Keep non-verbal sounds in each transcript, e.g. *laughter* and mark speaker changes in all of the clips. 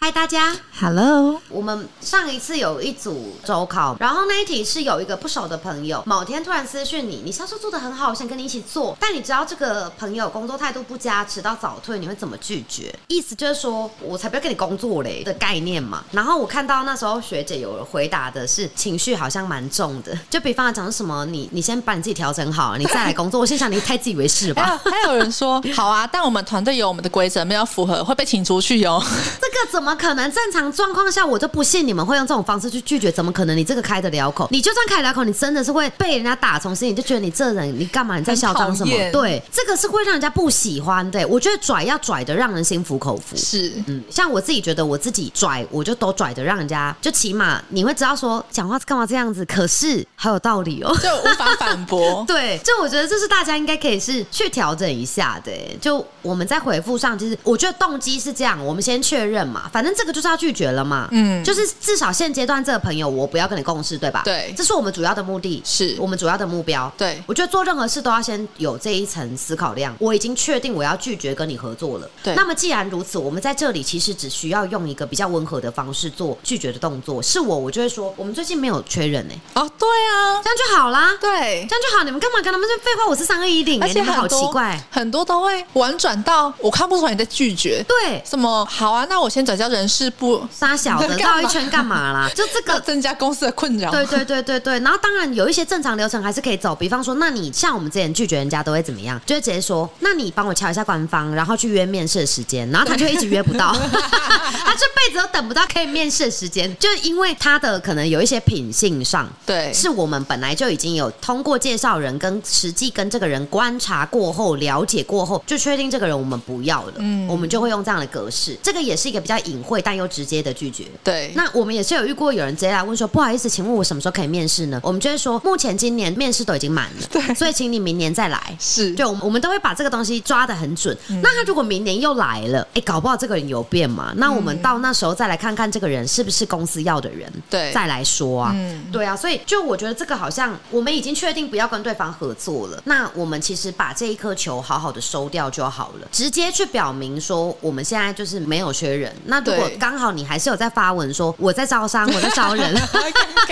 Speaker 1: 嗨，大家，
Speaker 2: Hello，
Speaker 1: 我们上一次有一组周考，然后那一题是有一个不熟的朋友，某天突然私讯你，你销售做的很好，我想跟你一起做，但你知道这个朋友工作态度不佳，迟到早退，你会怎么拒绝？意思就是说我才不要跟你工作嘞的概念嘛。然后我看到那时候学姐有回答的是情绪好像蛮重的，就比方讲是什么，你你先把你自己调整好，你再来工作。我心想你太自以为
Speaker 3: *laughs*
Speaker 1: 是了
Speaker 2: 还
Speaker 1: 吧
Speaker 3: 啊
Speaker 2: 有，还有人说，
Speaker 1: *laughs*
Speaker 2: 好啊，但我们团队有我们的规则，没有符合会被请出去
Speaker 1: *laughs*
Speaker 2: 哦哟、
Speaker 1: 这个怎么可能？正常状况下，我就不信你们会用这种方式去拒绝，怎么可能？你这个开得了口，你就算开得了口，你真的是会被人家打从心里就觉得你这人，你干嘛？你在嚣张什么
Speaker 2: 很讨？厌
Speaker 1: 对，这个是会让人家不喜欢的。我觉得拽要拽的让人心服口服。
Speaker 2: 是，
Speaker 1: 嗯，像我自己觉得我自己拽，我就都拽的让人家，就起码你会知道说讲话干嘛这样子，可是好有道理哦。
Speaker 2: 就无法反驳。
Speaker 1: *laughs* 对，就我觉得这是大家应该可以是去调整一下的欸。就我们在回复上，其实我觉得动机是这样，我们先确认嘛，反正这个就是要拒绝了嘛。
Speaker 2: 嗯
Speaker 1: 就是至少现阶段这个朋友，我不要跟你共事，对吧？
Speaker 2: 对
Speaker 1: 这是我们主要的目的，
Speaker 2: 是
Speaker 1: 我们主要的目标。
Speaker 2: 对
Speaker 1: 我觉得做任何事都要先有这一层思考量。我已经确定我要拒绝跟你合作了。
Speaker 2: 对
Speaker 1: 那么既然如此，我们在这里其实只需要用一个比较温和的方式做拒绝的动作。是我，我就会说，我们最近没有缺人呢、
Speaker 2: 哦，对啊，
Speaker 1: 这样就好啦。
Speaker 2: 对，
Speaker 1: 这样就好，你们干嘛跟他们说废话？我是三二一零，
Speaker 2: 而
Speaker 1: 哎，
Speaker 2: 且
Speaker 1: 你们好
Speaker 2: 很
Speaker 1: 奇
Speaker 2: 多
Speaker 1: 怪。
Speaker 2: 很多都会婉转到我看不出来你在拒绝。
Speaker 1: 对，
Speaker 2: 什么好啊？那我先转交人事部，
Speaker 1: 傻小的
Speaker 2: 干
Speaker 1: 绕
Speaker 2: 嘛
Speaker 1: 一圈干嘛
Speaker 2: *laughs*
Speaker 1: 啦？就这
Speaker 2: 要
Speaker 1: 个。
Speaker 2: 增加公司的困扰。
Speaker 1: 对对对对对，然后当然有一些正常流程还是可以走，比方说，那你像我们之前拒绝人家都会怎么样？就会直接说，那你帮我敲一下官方，然后去约面试的时间，然后他就一直约不
Speaker 2: *laughs*
Speaker 1: 到，他这辈子都等不到可以面试的时间，就是因为他的可能有一些品性上，
Speaker 2: 对
Speaker 1: 是我们本来就已经有通过介绍人跟实际跟这个人观察过后、了解过后，就确定这个人我们不要了，
Speaker 2: 嗯
Speaker 1: 我们就会用这样的格式。这个也是一个比较隐晦但又直接的拒绝。
Speaker 2: 对，
Speaker 1: 那我们也是有遇过有人直接来问说，不好意思，请问我什么时候可以面试呢？我们就会说，目前今年面试都已经满了，
Speaker 2: 对
Speaker 1: 所以请你明年再来。
Speaker 2: 是
Speaker 1: 对，我们我们都会把这个东西抓得很准。
Speaker 2: 嗯
Speaker 1: 那他如果明年又来了，哎，搞不好这个人有变嘛？那我
Speaker 2: 嗯
Speaker 1: 们到那时候再来看看这个人是不是公司要的人，
Speaker 2: 对
Speaker 1: 再来说啊。
Speaker 2: 嗯 *laughs*
Speaker 1: 对啊，所以就我觉得这个好像我们已经确定不要跟对方合作了，那我们其实把这一颗球好好的收掉就好了，直接去表明说我们现在就是没有缺人。那如果
Speaker 2: 对
Speaker 1: 刚好你还是有在发文说我在招商，我在招
Speaker 2: *laughs*
Speaker 1: 人，
Speaker 2: 尴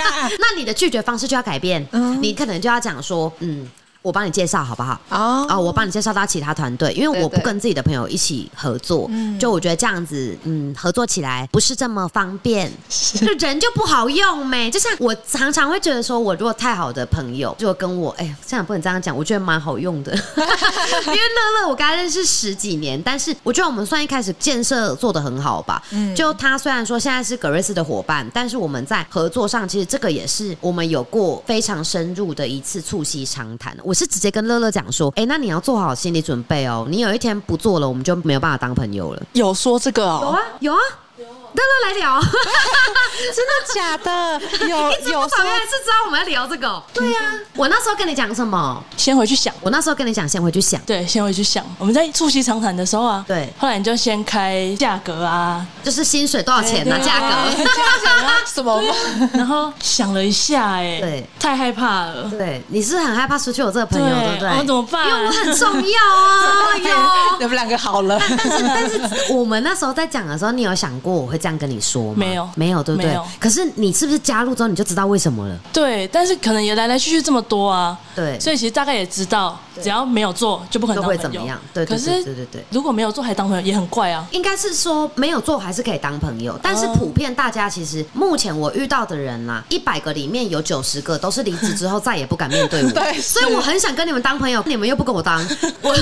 Speaker 2: 尬
Speaker 1: 那你的拒绝方式就要改变，
Speaker 2: 嗯
Speaker 1: 你可能就要讲说，嗯，我帮你介绍好不好？
Speaker 2: 哦
Speaker 1: *laughs* 哦，我帮你介绍到其他团队，因为
Speaker 2: 对
Speaker 1: 我不
Speaker 2: 对
Speaker 1: 跟自己的朋友一起合作，
Speaker 2: 嗯
Speaker 1: 就我觉得这样子，嗯，合作起来不是这么方便， *laughs*
Speaker 2: 是
Speaker 1: 就人就不好用呗。就像我常常会觉得说，我如果太好的朋友，就跟我，哎、这样不能这样讲，我觉得蛮好用的， *laughs* 因为乐乐我跟他认识十几年，但是我觉得我们算一开始建设做得很好吧。
Speaker 2: 嗯
Speaker 1: 就他虽然说现在是格瑞斯的伙伴，但是我们在合作上，其实这个也是我们有过非常深入的一次促膝长谈。我是直接跟乐乐讲说，哎、那你要做好心理准备哦，你有一天不做了，我们就没有办法当朋友了。
Speaker 2: 有说这个
Speaker 1: 有
Speaker 2: 哦
Speaker 1: 啊，，有啊。乐乐来 *laughs* 聊，
Speaker 2: 真的假的？
Speaker 1: *laughs*
Speaker 2: 有有
Speaker 1: 我
Speaker 2: 说
Speaker 1: 原来是知道我们要聊这个。哦对
Speaker 3: 啊
Speaker 1: 呀、我那时候跟你讲什么？
Speaker 3: 先回去想。
Speaker 1: 我那时候跟你讲，先回去想，
Speaker 3: 对，先回去想。我们在促膝长谈的时候啊，
Speaker 1: 对
Speaker 3: 后来你就先开价
Speaker 1: *laughs*
Speaker 3: 格啊，
Speaker 1: 就是薪水多少钱呢、
Speaker 3: 哎对
Speaker 1: 价
Speaker 3: 啊 *laughs*
Speaker 1: 格。
Speaker 2: 价格啊什
Speaker 1: *laughs*
Speaker 2: 么嘛？
Speaker 3: 然后想了一下、哎，
Speaker 1: 对，
Speaker 3: 太害怕了，
Speaker 1: 对，你是很害怕失去我这个朋友，对不对？
Speaker 3: 我们怎么办？
Speaker 1: 因为我很重要
Speaker 3: *laughs*
Speaker 1: 啊，哟。
Speaker 2: *laughs* 你们两个
Speaker 1: *laughs*
Speaker 2: 好了，
Speaker 1: 但是但是我们那时候在讲的时候，你有想过我会这样跟你说吗？
Speaker 3: 没有
Speaker 1: 没有，对不
Speaker 3: 没
Speaker 1: 对
Speaker 3: 有？
Speaker 1: 可是你是不是加入之后你就知道为什么了？
Speaker 3: 对，但是可能也来来去去这么多啊，
Speaker 1: 对
Speaker 3: 所以其实大概也知道，只要没有做就不可能
Speaker 1: 就
Speaker 3: 当
Speaker 1: 会
Speaker 3: 朋友。
Speaker 1: 怎么样？对对
Speaker 3: 可
Speaker 1: 对
Speaker 3: 是
Speaker 1: 对对对。
Speaker 3: 如果没有做还当朋友也很怪啊。
Speaker 1: 应该是说没有做还是可以当朋友，但是
Speaker 3: 哦
Speaker 1: 普遍大家其实目前我遇到的人啦、一百个里面有九十个都是离职之后再也不敢面 *laughs* 对
Speaker 3: *laughs*
Speaker 1: 我，
Speaker 2: *laughs* 对
Speaker 1: 所以我很想跟你们当朋友，你们又不跟我当， *laughs* 我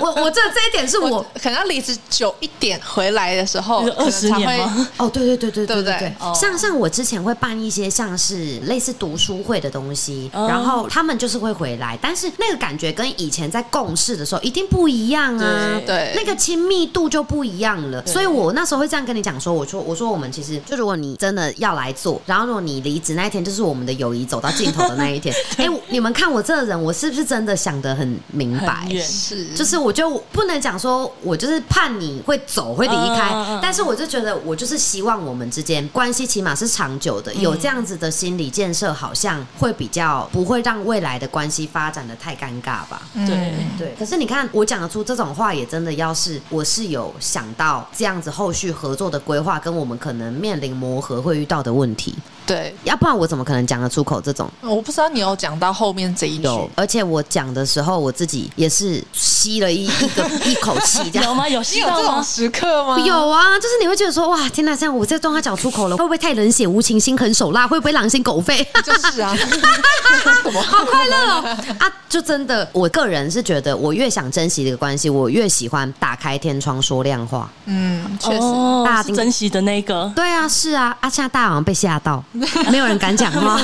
Speaker 1: 我我这这一点是我
Speaker 2: 我可能要离职久一点，回来的时候
Speaker 3: 就是
Speaker 2: 可能才
Speaker 3: 20年
Speaker 2: 会
Speaker 3: 吗
Speaker 1: 哦，对对对对
Speaker 2: 对不对
Speaker 1: 对
Speaker 3: 哦
Speaker 1: 像像我之前会办一些像是类似读书会的东西，
Speaker 3: 哦
Speaker 1: 然后他们就是会回来，但是那个感觉跟以前在共事的时候一定不一样啊，
Speaker 2: 对
Speaker 1: 那个亲密度就不一样了。
Speaker 3: 对
Speaker 1: 所以我那时候会这样跟你讲说，我说我说我们其实就如果你真的要来做，然后如果你离职那一天，就是我们的友谊走到尽头的那一天。哎、我你们看我这个人，我是不是真的想得很明白
Speaker 3: 很？远
Speaker 2: 是
Speaker 1: 就是我就不能讲说我就是怕你会走会离开，
Speaker 3: 嗯嗯嗯
Speaker 1: 但是我就觉得我就就是希望我们之间关系起码是长久
Speaker 3: 嗯
Speaker 1: 的，有这样子的心理建设，好像会比较不会让未来的关系发展的太尴尬吧。
Speaker 3: 对
Speaker 2: 嗯
Speaker 1: 对，可是你看，我讲得出这种话，也真的要是我是有想到这样子后续合作的规划，跟我们可能面临磨合会遇到的问题，
Speaker 2: 对，哦
Speaker 1: 要不然我怎么可能讲得出口这种？
Speaker 2: 我不知道你有讲到后面这一
Speaker 1: 有
Speaker 2: 句，，
Speaker 1: 而且我讲的时候，我自己也是吸了一一
Speaker 3: *laughs*
Speaker 1: 个一口气，这
Speaker 3: 有
Speaker 1: 样。 *laughs*
Speaker 3: 吗？有
Speaker 2: 你
Speaker 3: 吸
Speaker 2: 有
Speaker 3: 到
Speaker 2: 这种
Speaker 3: 吗？
Speaker 2: 时刻吗？
Speaker 1: 有啊，就是你会觉得说，哇，天哪，这样我这段话讲出口了，会不会太冷血无情、心狠手辣？会不会狼心狗 *laughs* 肺？
Speaker 2: *laughs* 就是
Speaker 3: *laughs*
Speaker 2: 啊，怎么
Speaker 1: 好快乐哦！啊，就真的，我个人是觉得，我越想珍惜这个关系，我越喜欢打开天窗说亮话。
Speaker 2: 嗯，确实，
Speaker 3: 哦
Speaker 1: 大家
Speaker 3: 是珍惜的那个，
Speaker 1: *laughs* 对啊，是啊，啊，现在大家好像被吓 *laughs* 到，没有人敢讲话。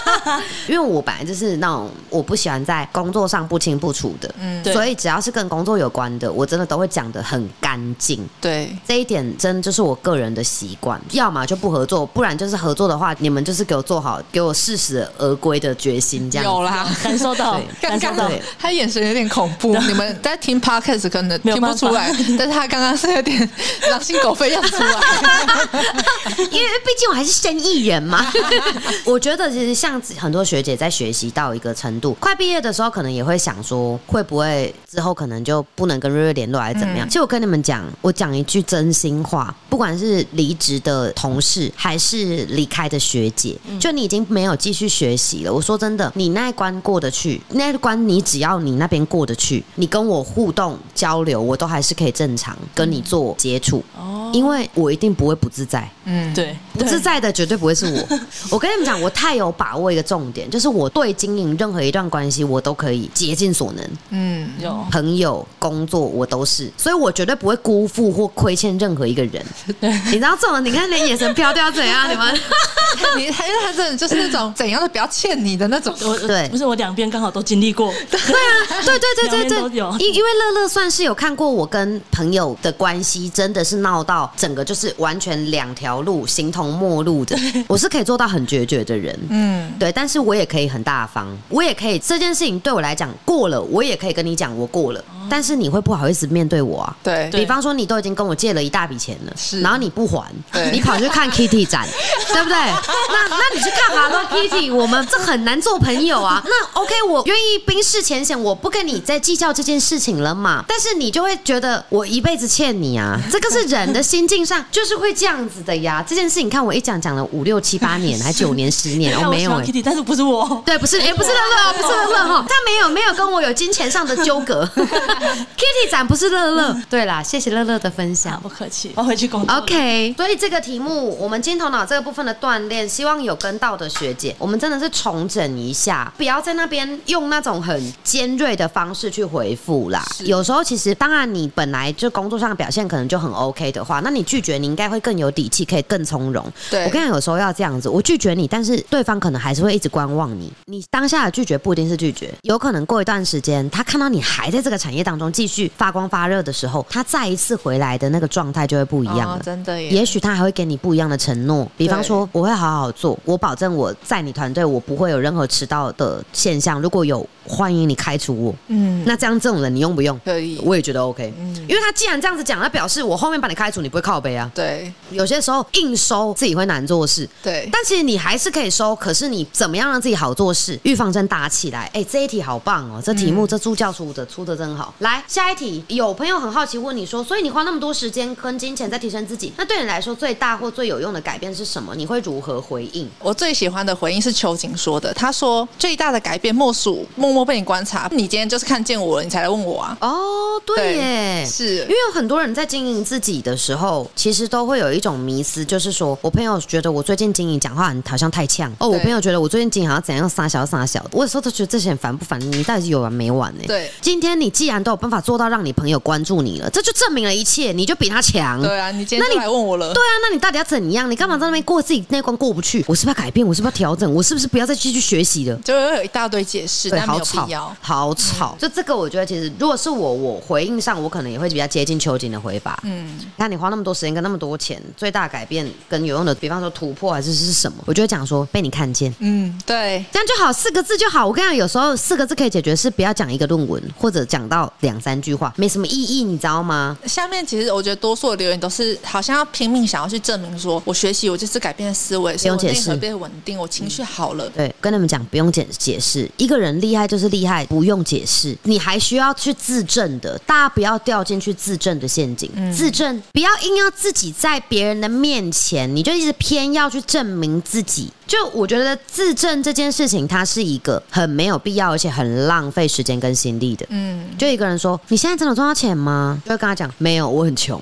Speaker 1: *laughs* 因为我本来就是那种我不喜欢在工作上不清不楚的，
Speaker 2: 嗯，
Speaker 3: 对
Speaker 1: 所以只要是跟工作有关的，我真的都会讲得很干净。
Speaker 2: 对，
Speaker 1: 这一点真就是我个人的习惯，要么就不合作，不然就是合作的话，你们就是给我做好，给我适时而归的决心，这样子
Speaker 2: 有啦。
Speaker 3: *laughs* 感受到
Speaker 1: *laughs* 对，
Speaker 2: 刚
Speaker 3: 感受
Speaker 2: 刚
Speaker 3: 到，
Speaker 1: 对
Speaker 2: 他眼神有点恐怖，你们在听 podcast 可能听不
Speaker 3: *laughs*
Speaker 2: 出来，但是他刚刚是有点 *laughs* 狼心狗肺要出来。
Speaker 1: *laughs* 因为毕竟我还是生意人嘛。我觉得其实像很多学姐在学习到一个程度，快毕业的时候，可能也会想说，会不会之后可能就不能跟瑞瑞联络，还是怎么样？其实我跟你们讲，我讲一句真心话，不管是离职的同事，还是离开的学姐，就你已经没有继续学习了。我说真的，你那一关过得去，那一关你只要你那边过得去，你跟我互动交流，我都还是可以正常跟你做接触，
Speaker 3: 哦，
Speaker 1: 因为我一定不会不自在。
Speaker 2: 嗯，
Speaker 3: *laughs* 对，
Speaker 1: 不自
Speaker 3: 对
Speaker 1: 在的绝对不会是我。
Speaker 3: *laughs*
Speaker 1: 我跟你们讲，我太有把握一个重点，就是我对经营任何一段关系，我都可以竭尽所能，
Speaker 3: 哦
Speaker 2: 嗯，
Speaker 3: 有
Speaker 1: 朋友、工作我都是，所以我绝对不会辜负或亏欠任何一个人。你知道这种，你看连眼神飘掉怎样？你们
Speaker 2: *laughs*
Speaker 3: *laughs*
Speaker 2: 你 *laughs* 他因为他真的就是那种怎样都不要欠你的那种，
Speaker 3: 我
Speaker 1: 对
Speaker 3: 不是我两边刚好都经历过，
Speaker 1: 对啊，对对对对
Speaker 3: 两边都
Speaker 1: 对
Speaker 3: 有，
Speaker 1: 因因为乐乐算是有看过我跟朋友的关系，真的是闹到整个就是完全两条路，形同陌路
Speaker 3: *laughs*
Speaker 1: 的。我是可以做到很决绝的人，
Speaker 2: 嗯，
Speaker 1: 对，但是我也可以很大方，我也可以这件事情对我来讲过了，我也可以跟你讲我过了，但是你会不好意思面对我啊。
Speaker 2: 哦对
Speaker 1: 比方说，你都已经跟我借了一大笔钱了，
Speaker 2: 是
Speaker 1: 然后你不还
Speaker 2: 对，
Speaker 1: 你跑去看 Kitty
Speaker 2: *laughs*
Speaker 1: 展，对不对？那那你去看 Hello Kitty，我们这很难做朋友啊。那 OK，我愿意冰释前嫌，我不跟你再计较这件事情了嘛。但是你就会觉得我一辈子欠你啊，这个是人的心境上就是会这样子的呀。这件事情，看我一讲讲了五六七八年，还九年十
Speaker 2: *laughs*
Speaker 1: 年，
Speaker 3: 看
Speaker 1: 哦，
Speaker 3: 我
Speaker 1: 没
Speaker 3: 喜
Speaker 1: 有、
Speaker 3: 欢
Speaker 1: 欸。
Speaker 3: Kitty，但是不是我，
Speaker 1: 对，不是，也不是乐乐哦，不是乐乐哈，他没有没有跟我有金钱上的纠葛。Kitty 展不是乐乐，对啦，谢谢乐乐的分享
Speaker 3: 啊，。不客气，我回去工作了。
Speaker 1: OK，所以这个题目，我们金头脑这个部分的锻炼，希望有跟到的学姐，我们真的是重整一下，不要在那边用那种很尖锐的方式去回复啦。有时候其实，当然你本来就工作上的表现可能就很 OK 的话，那你拒绝你应该会更有底气，可以更从容。
Speaker 2: 对
Speaker 1: 我跟你讲，有时候要这样子，我拒绝你，但是对方可能还是会一直观望你。你当下的拒绝不一定是拒绝，有可能过一段时间，他看到你还在这个产业当中继续发光发热的时候，他再一次回来的那个状态就会不一样了。
Speaker 2: 哦真的耶，
Speaker 1: 也许他还会给你不一样的承诺，比方
Speaker 2: 对
Speaker 1: 说我会好好做，我保证我在你团队我不会有任何迟到的现象，如果有欢迎你开除我。
Speaker 2: 嗯，
Speaker 1: 那这样这种人你用不用？
Speaker 2: 可以，
Speaker 1: 我也觉得 OK，、因为他既然这样子讲，那表示我后面把你开除，你不会靠背啊。
Speaker 2: 对
Speaker 1: 有些时候硬收自己会难做事，
Speaker 2: 对，
Speaker 1: 但其实你还是可以收，可是你怎么样让自己好做事？预防针打起来，哎、这一题好棒哦！这题目、这助教出的出的真好。来，下一题，有朋友很好奇问你说，所以你花那么多时间跟金钱在提升自己，那对你来说最大或最有用的改变是什么？你会如何回应？
Speaker 2: 我最喜欢的回应是秋瑾说的，他说最大的改变莫属默默被你观察，你今天就是看见我了，你才来问我啊，
Speaker 1: 哦，对耶。
Speaker 2: 是
Speaker 1: 因为有很多人在经营自己的时候，其实都会有一种迷思，就是说我朋友觉得我最近经营讲话很好像太呛哦，我
Speaker 2: 对
Speaker 1: 朋友觉得我最近经营好像怎样撒小撒小，我有时候都觉得这些人烦不烦？你到底是有完没完呢、
Speaker 2: 对
Speaker 1: 今天你既然都有办法做到让你朋友关注你了，这就证明了一切，你就比他强。
Speaker 2: 对啊，你今天
Speaker 1: 那你
Speaker 2: 就来问我了
Speaker 1: 对。啊，那你到底要怎样？你干嘛在那边过自己那关过不去？我是不是要改变？我是不是要调整？我是不是不要再继续学习了？
Speaker 2: 就会有一大堆解释，
Speaker 1: 对，
Speaker 2: 但没
Speaker 1: 好
Speaker 2: 有
Speaker 1: 吵
Speaker 2: 必要，。嗯
Speaker 1: 好吵。就这个，我觉得其实如果是我，我回应上我可能也会比较接近秋瑾的回法。嗯，看你花那么多时间跟那么多钱，最大改变跟有用的，比方说突破还是是什么，我就会讲说被你看见。
Speaker 2: 嗯，对，
Speaker 1: 这样就好，四个字就好。我跟你讲，有时候四个字可以解决，是不要讲一个论文，或者讲到两三句话，没什么意义，你知道吗？
Speaker 2: 下面其实我觉得多数的留言都是好像要拼命想要去证明说，我学习我就是改变思维，
Speaker 1: 不用
Speaker 2: 所以我
Speaker 1: 解
Speaker 2: 内
Speaker 1: 释
Speaker 2: 核变稳定，我情绪好了。
Speaker 1: 对，跟你们讲，不用解解释，一个人厉害就是厉害，不用解释，你还需要去自证的，大家不要掉进去自证的陷阱。
Speaker 2: 嗯
Speaker 1: 自证不要硬要自己在别人的面前，你就一直偏要去证明自己。就我觉得自证这件事情，它是一个很没有必要，而且很浪费时间跟心力的。
Speaker 2: 嗯，
Speaker 1: 就一个人说：“你现在真的赚到钱吗？”就会跟他讲：“没有，我很穷，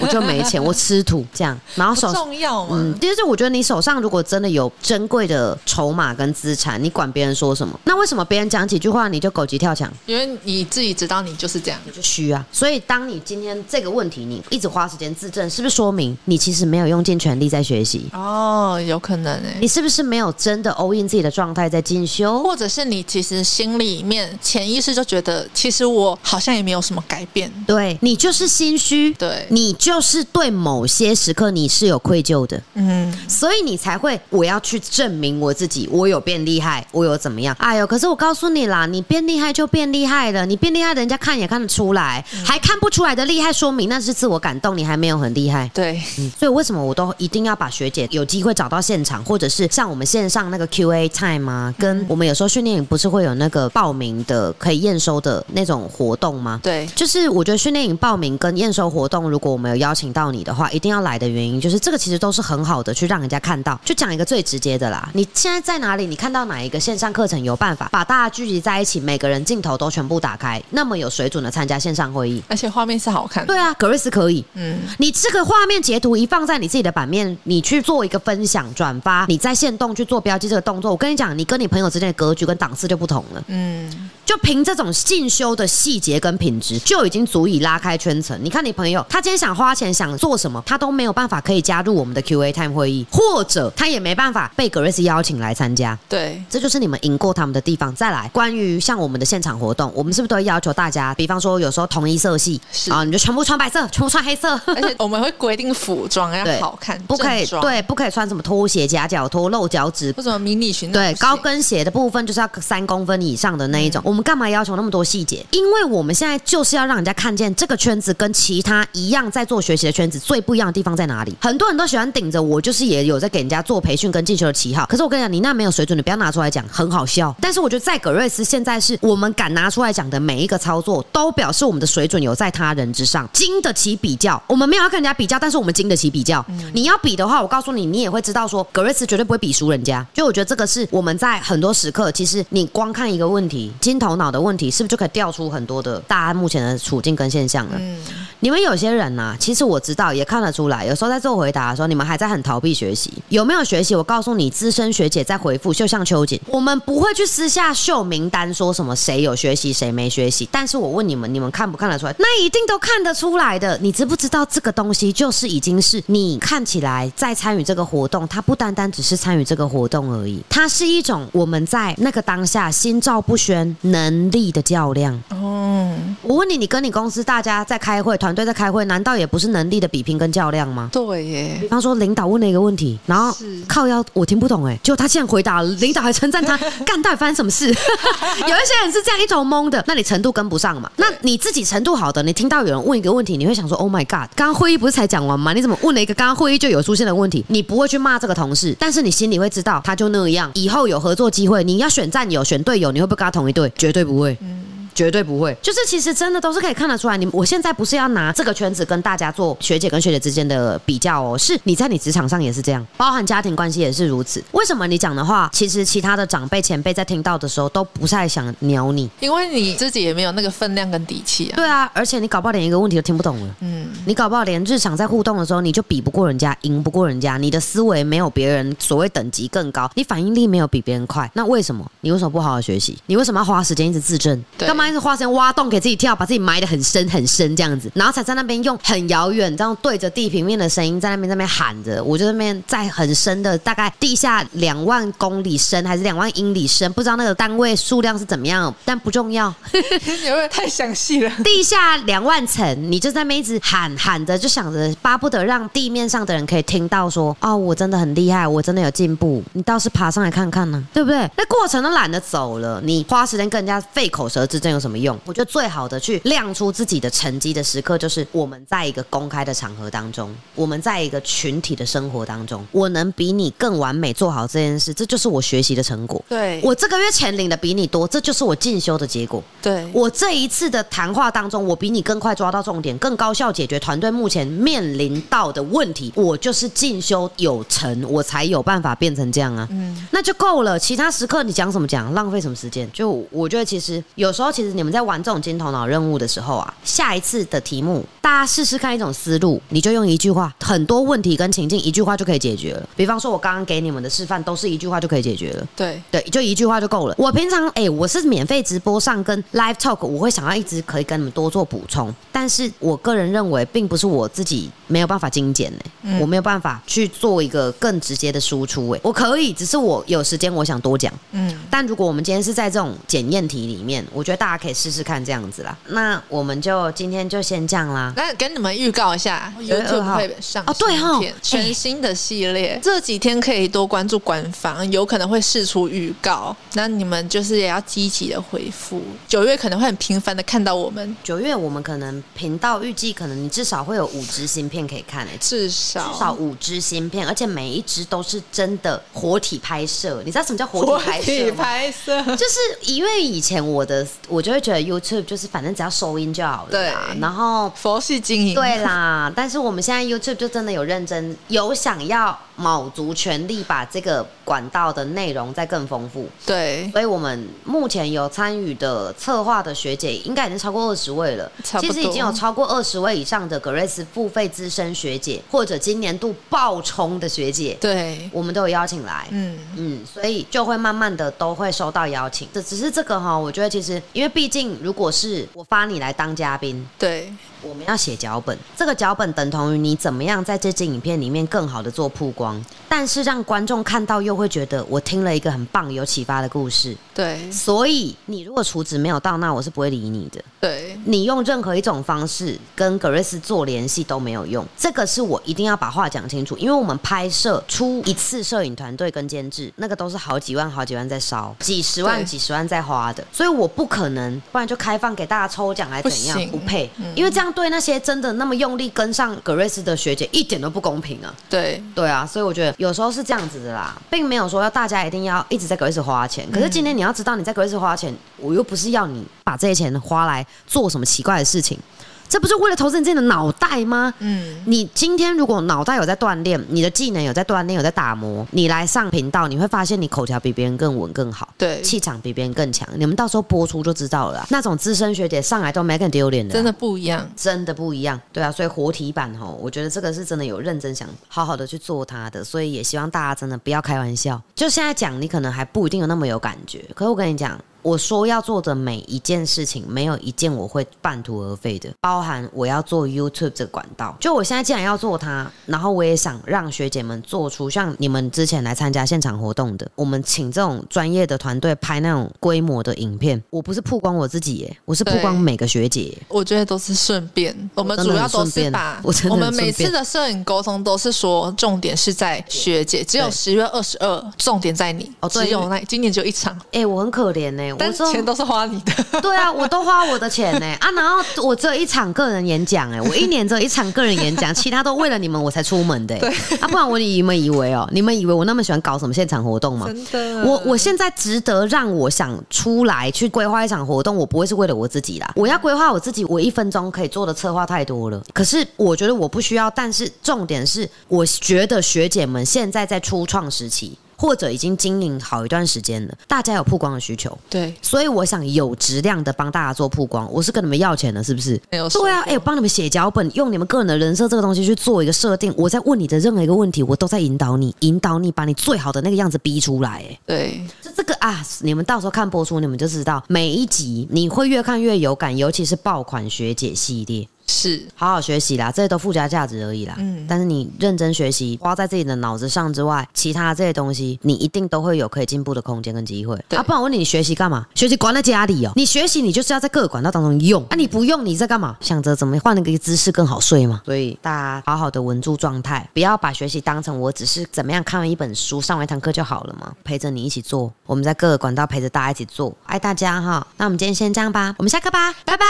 Speaker 1: 我就没钱，我吃土。”这样，然后
Speaker 2: 不
Speaker 1: 手
Speaker 2: 重要嘛。
Speaker 1: 嗯，就是我觉得你手上如果真的有珍贵的筹码跟资产，你管别人说什么？那为什么别人讲几句话你就狗急跳墙？
Speaker 2: 因为你自己知道你就是这样，
Speaker 1: 你就虚啊！所以当你今天这个问题，你一直花时间自证，是不是说明你其实没有用尽全力在学习？
Speaker 2: 哦，有可能诶、
Speaker 1: 你是不是没有真的 all in 自己的状态在进修？
Speaker 2: 或者是你其实心里面潜意识就觉得，其实我好像也没有什么改变，
Speaker 1: 对你就是心虚，
Speaker 2: 对
Speaker 1: 你就是对某些时刻你是有愧疚的。
Speaker 2: 嗯，
Speaker 1: 所以你才会我要去证明我自己，我有变厉害，我有怎么样？哎呦，可是我告诉你啦，你变厉害就变厉害了，你变厉害，人家看也看得出来，还看不出来的厉害，说明那是自我感动，你还没有很厉害。
Speaker 2: 对，
Speaker 1: 嗯，所以为什么我都一定要把学姐有机会找到现场，或者是像我们线上那个 Q&A time 啊，跟我们有时候训练营不是会有那个报名的可以验收的那种活动吗？
Speaker 2: 对，
Speaker 1: 就是我觉得训练营报名跟验收活动，如果我们有邀请到你的话，一定要来的原因就是这个其实都是很好的，去让人家看到。就讲一个最直接的啦，你现在在哪里？你看到哪一个线上课程有办法把大家聚集在一起，每个人镜头都全部打开，那么有水准的参加线上会议？
Speaker 2: 而且画面是好看的，
Speaker 1: 对啊，格瑞斯可以。
Speaker 2: 嗯，
Speaker 1: 你这个画面截图一放在你自己的版面，你去做一个分享转发，你在线动去做标记这个动作，我跟你讲，你跟你朋友之间的格局跟档次就不同了。
Speaker 2: 嗯，
Speaker 1: 就凭这种进修的细节跟品质，就已经足以拉开圈层。你看你朋友，他今天想花钱想做什么，他都没有办法可以加入我们的 Q&A time 会议，或者他也没办法被格瑞斯邀请来参加。
Speaker 2: 对，
Speaker 1: 这就是你们赢过他们的地方。再来，关于像我们的现场活动，我们是不是都会要求大家，比方说有时候同一色系
Speaker 2: 是
Speaker 1: 啊，你就全部穿白色，全部穿黑色，
Speaker 2: 而且我们会规定服装要
Speaker 1: 对
Speaker 2: 好看，
Speaker 1: 不可以
Speaker 2: 正装，
Speaker 1: 对，不可以穿什么拖鞋、夹脚拖、露脚趾
Speaker 2: 或者迷你裙那
Speaker 1: 对，
Speaker 2: 不行
Speaker 1: 高跟鞋的部分就是要三公分以上的那一种。我们干嘛要求那么多细节？因为我们现在就是要让人家看见这个圈子跟其他一样在做学习的圈子最不一样的地方在哪里。很多人都喜欢顶着我，就是也有在给人家做培训跟进修的旗号。可是我跟你讲，你那没有水准，你不要拿出来讲，很好笑。但是我觉得在葛瑞斯现在是我们敢拿出来讲的每一个操作，都表示我们的水准有在他人之上，经得起比较。我们没有要跟人家比较，但是我们经得起比较。你要比的话，我告诉你，你也会知道说葛瑞斯绝对不会比输人家。就我觉得这个是我们在很多时刻，其实你光看一个问题，金头脑的问题，是不是就可以调出很多的大家目前的处境跟现象了？你们有些人呐、其实我知道，也看得出来，有时候在做回答的时候，你们还在很逃避学习。有没有学习？我告诉你，资深学姐在回复，就像秋瑾，我们不会去私下秀名单，说什么谁有学习，谁没学习。但是我问你们，你们看不看得出来？那一定都看得出来的。你知不知道这个东西就是已经是你看起来在参与这个活动，它不单单只是参与这个活动而已，它是一种我们在那个当下心照不宣能力的较量。
Speaker 2: 嗯，
Speaker 1: 我问你，你跟你公司大家在开会，团队在开会，难道也不是能力的比拼跟较量吗？
Speaker 2: 对耶，
Speaker 1: 比方说，领导问了一个问题，然后
Speaker 2: 是
Speaker 1: 靠腰我听不懂哎、结果他竟然回答了，领导还称赞他，干到底发生什么事？有一些人是这样一头懵的，那你程度跟不上嘛？那你自己程度好的，你听到有人问一个问题，你会想说，Oh my god，刚刚会议不是才讲完吗？你怎么问了一个刚刚会议就有出现的问题？你不会去骂这个同事，但是你心里会知道他就那样，以后有合作机会，你要选战友、选队友，你会不会跟他同一队？绝对不会。绝对不会。就是其实真的都是可以看得出来，你我现在不是要拿这个圈子跟大家做学姐跟学姐之间的比较哦，是你在你职场上也是这样，包含家庭关系也是如此。为什么你讲的话，其实其他的长辈前辈在听到的时候都不太想鸟你？
Speaker 2: 因为你自己也没有那个分量跟底气
Speaker 1: *laughs*
Speaker 2: 啊，
Speaker 1: 对啊，而且你搞不好连一个问题都听不懂了。
Speaker 2: 嗯，
Speaker 1: 你搞不好连日常在互动的时候，你就比不过人家，赢不过人家，你的思维没有别人所谓等级更高，你反应力没有比别人快，那为什么？你为什么不好好学习？你为什么要花时间一直自证？
Speaker 2: 嗯对
Speaker 1: 干嘛一直花钱挖洞给自己跳，把自己埋得很深很深这样子，然后才在那边用很遥远这样对着地平面的声音在那边在那边喊着，我就在那边在很深的大概地下两万公里深还是两万英里深，不知道那个单位数量是怎么样，但不重要。
Speaker 2: 你会不会太详细了？
Speaker 1: 地下两万层，你就在那边一直喊喊着，就想着巴不得让地面上的人可以听到说，哦，我真的很厉害，我真的有进步。你倒是爬上来看看呢、 *laughs* 对不对？那过程都懒得走了，你花时间跟人家费口舌之争有什么用？我觉得最好的去亮出自己的成绩的时刻，就是我们在一个公开的场合当中，我们在一个群体的生活当中，我能比你更完美做好这件事，这就是我学习的成果。
Speaker 2: 对
Speaker 1: 我这个月钱领的比你多，这就是我进修的结果。
Speaker 2: 对
Speaker 1: 我这一次的谈话当中，我比你更快抓到重点，更高效解决团队目前面临到的问题。我就是进修有成，我才有办法变成这样啊。嗯，那就够了。其他时刻你讲什么讲，浪费什么时间？就我觉得，其实有时候，其实你们在玩这种金头脑任务的时候啊，下一次的题目，大家试试看一种思路，你就用一句话，很多问题跟情境一句话就可以解决了。比方说，我刚刚给你们的示范，都是一句话就可以解决了。
Speaker 2: 对
Speaker 1: 对，就一句话就够了。我平常哎、我是免费直播上跟 live talk，我会想要一直可以跟你们多做补充，但是我个人认为，并不是我自己没有办法精简呢、欸我没有办法去做一个更直接的输出哎、我可以，只是我有时间我想多讲，
Speaker 2: 嗯，
Speaker 1: 但如果我们今天是在这种检验题里面，我觉得大家可以试试看这样子啦。那我们就今天就先这样啦。
Speaker 2: 那跟你们预告一下
Speaker 1: 哦有二
Speaker 2: ，YouTube
Speaker 1: 号
Speaker 2: 会上
Speaker 1: 哦对嗯哦
Speaker 2: 新片全新的系列，这几天可以多关注官方，有可能会释出预告。那你们就是也要积极的回复，九月可能会很频繁的看到我们，
Speaker 1: 九月我们可能频道预计可能你至少会有五支芯片可以看哎、
Speaker 2: 至少
Speaker 1: 至少五支芯片，而且每一支都是真的活体拍摄。你知道什么叫活
Speaker 2: 活
Speaker 1: 体拍
Speaker 2: 体
Speaker 1: 摄吗？
Speaker 2: 拍摄，
Speaker 1: 就是因为以前我的，我就会觉得 YouTube 就是反正只要收音就好了啦，
Speaker 2: 对
Speaker 1: 然后
Speaker 2: 佛系经营，
Speaker 1: 对啦，但是我们现在 YouTube 就真的有认真，有想要卯足全力把这个管道的内容再更丰富。
Speaker 2: 对，
Speaker 1: 所以我们目前有参与的策划的学姐，应该已经超过二十位了。
Speaker 2: 差不
Speaker 1: 其
Speaker 2: 多
Speaker 1: 实已经有超过二十位以上的格瑞斯付费资深学姐，或者今年度爆冲的学姐，
Speaker 2: 对，
Speaker 1: 我们都有邀请来。
Speaker 2: 嗯，
Speaker 1: 嗯，所以就会慢慢的都会收到邀请。这只是这个哈，我觉得其实因为毕竟如果是我发你来当嘉宾，
Speaker 2: 对，
Speaker 1: 我们要写脚本，这个脚本等同于你怎么样在这支影片里面更好的做曝光，但是让观众看到又会觉得我听了一个很棒有启发的故事。
Speaker 2: 对，
Speaker 1: 所以你如果厨子没有到，那我是不会理你的。
Speaker 2: 对，
Speaker 1: 你用任何一种方式跟格瑞斯做联系都没有用，这个是我一定要把话讲清楚，因为我们拍摄出一次摄影团队跟监制，那个都是好几万、好几万在烧，几十万、
Speaker 2: 对
Speaker 1: 几十万在花的，所以我不可能，不然就开放给大家抽奖还是怎样，
Speaker 2: 不行嗯
Speaker 1: 不配，因为这样对那些真的那么用力跟上格瑞斯的学姐一点都不公平啊。
Speaker 2: 对，
Speaker 1: 对啊，所以我觉得有时候是这样子的啦，并没有说要大家一定要一直在格瑞斯花钱。
Speaker 2: 嗯
Speaker 1: 可是今天你要知道，你在格瑞斯花钱，我又不是要你把这些钱花来做什么奇怪的事情，这不是为了投资你自己的脑袋吗？
Speaker 2: 嗯，
Speaker 1: 你今天如果脑袋有在锻炼，你的技能有在锻炼，有在打磨，你来上频道，你会发现你口条比别人更稳更好，
Speaker 2: 对，
Speaker 1: 气场比别人更强。你们到时候播出就知道了啦。那种资深学姐上来都没更丢脸的啦，
Speaker 2: 真的不一样，
Speaker 1: 真的不一样，对啊，所以活体版吼，我觉得这个是真的有认真想好好的去做它的，所以也希望大家真的不要开玩笑。就现在讲，你可能还不一定有那么有感觉，可是我跟你讲，我说要做的每一件事情，没有一件我会半途而废的，包含我要做 YouTube 这个管道。就我现在既然要做它，然后我也想让学姐们做出像你们之前来参加现场活动的，我们请这种专业的团队拍那种规模的影片，我不是曝光我自己耶，我是曝
Speaker 2: 对
Speaker 1: 光每个学姐耶
Speaker 2: 我觉得都是顺便，我们主要都是把
Speaker 1: 我真的很顺便我真的很
Speaker 2: 我们每
Speaker 1: 顺
Speaker 2: 次的摄影沟通都是说重点是在学姐，只有
Speaker 1: 对
Speaker 2: 十月二十二重点在你，
Speaker 1: 哦对
Speaker 2: 只有那今年就一场，
Speaker 1: 哎、我很可怜呢、我
Speaker 2: 但
Speaker 1: 说
Speaker 2: 钱都是花你的，
Speaker 1: 对啊，我都花我的钱呢、啊，然后我只有一场个人演讲哎、我一年只有一场个人演讲，其他都为了你们我才出门的、欸，啊，不然我你们以为哦、你们以为我那么喜欢搞什么现场活动吗？
Speaker 2: 真的
Speaker 1: 我我现在值得让我想出来去规划一场活动，我不会是为了我自己啦。我要规划我自己，我一分钟可以做的策划太多了。可是我觉得我不需要，但是重点是，我觉得学姐们现在在初创时期。或者已经经营好一段时间了，大家有曝光的需求。
Speaker 2: 对，
Speaker 1: 所以我想有质量的帮大家做曝光，我是跟你们要钱的，是不是？
Speaker 2: 没有收
Speaker 1: 对啊，哎、我帮你们写脚本，用你们个人的人设这个东西去做一个设定。我在问你的任何一个问题，我都在引导你，引导你把你最好的那个样子逼出来。哎，
Speaker 2: 对，
Speaker 1: 就这个啊，你们到时候看播出，你们就知道每一集你会越看越有感，尤其是爆款学姐系列。
Speaker 2: 是
Speaker 1: 好好学习啦，这些都附加价值而已啦。嗯
Speaker 2: 嗯，
Speaker 1: 但是你认真学习，花在自己的脑子上之外，其他这些东西，你一定都会有可以进步的空间跟机会。
Speaker 2: 对
Speaker 1: 啊，不然我问你，你学习干嘛？学习管在家里哦。你学习，你就是要在各个管道当中用。啊，你不用，你在干嘛？想着怎么换一个姿势更好睡嘛。所以大家好好的稳住状态，不要把学习当成我只是怎么样看完一本书、上完一堂课就好了嘛。陪着你一起做，我们在各个管道陪着大家一起做，爱大家哈。那我们今天先这样吧，我们下课吧，拜拜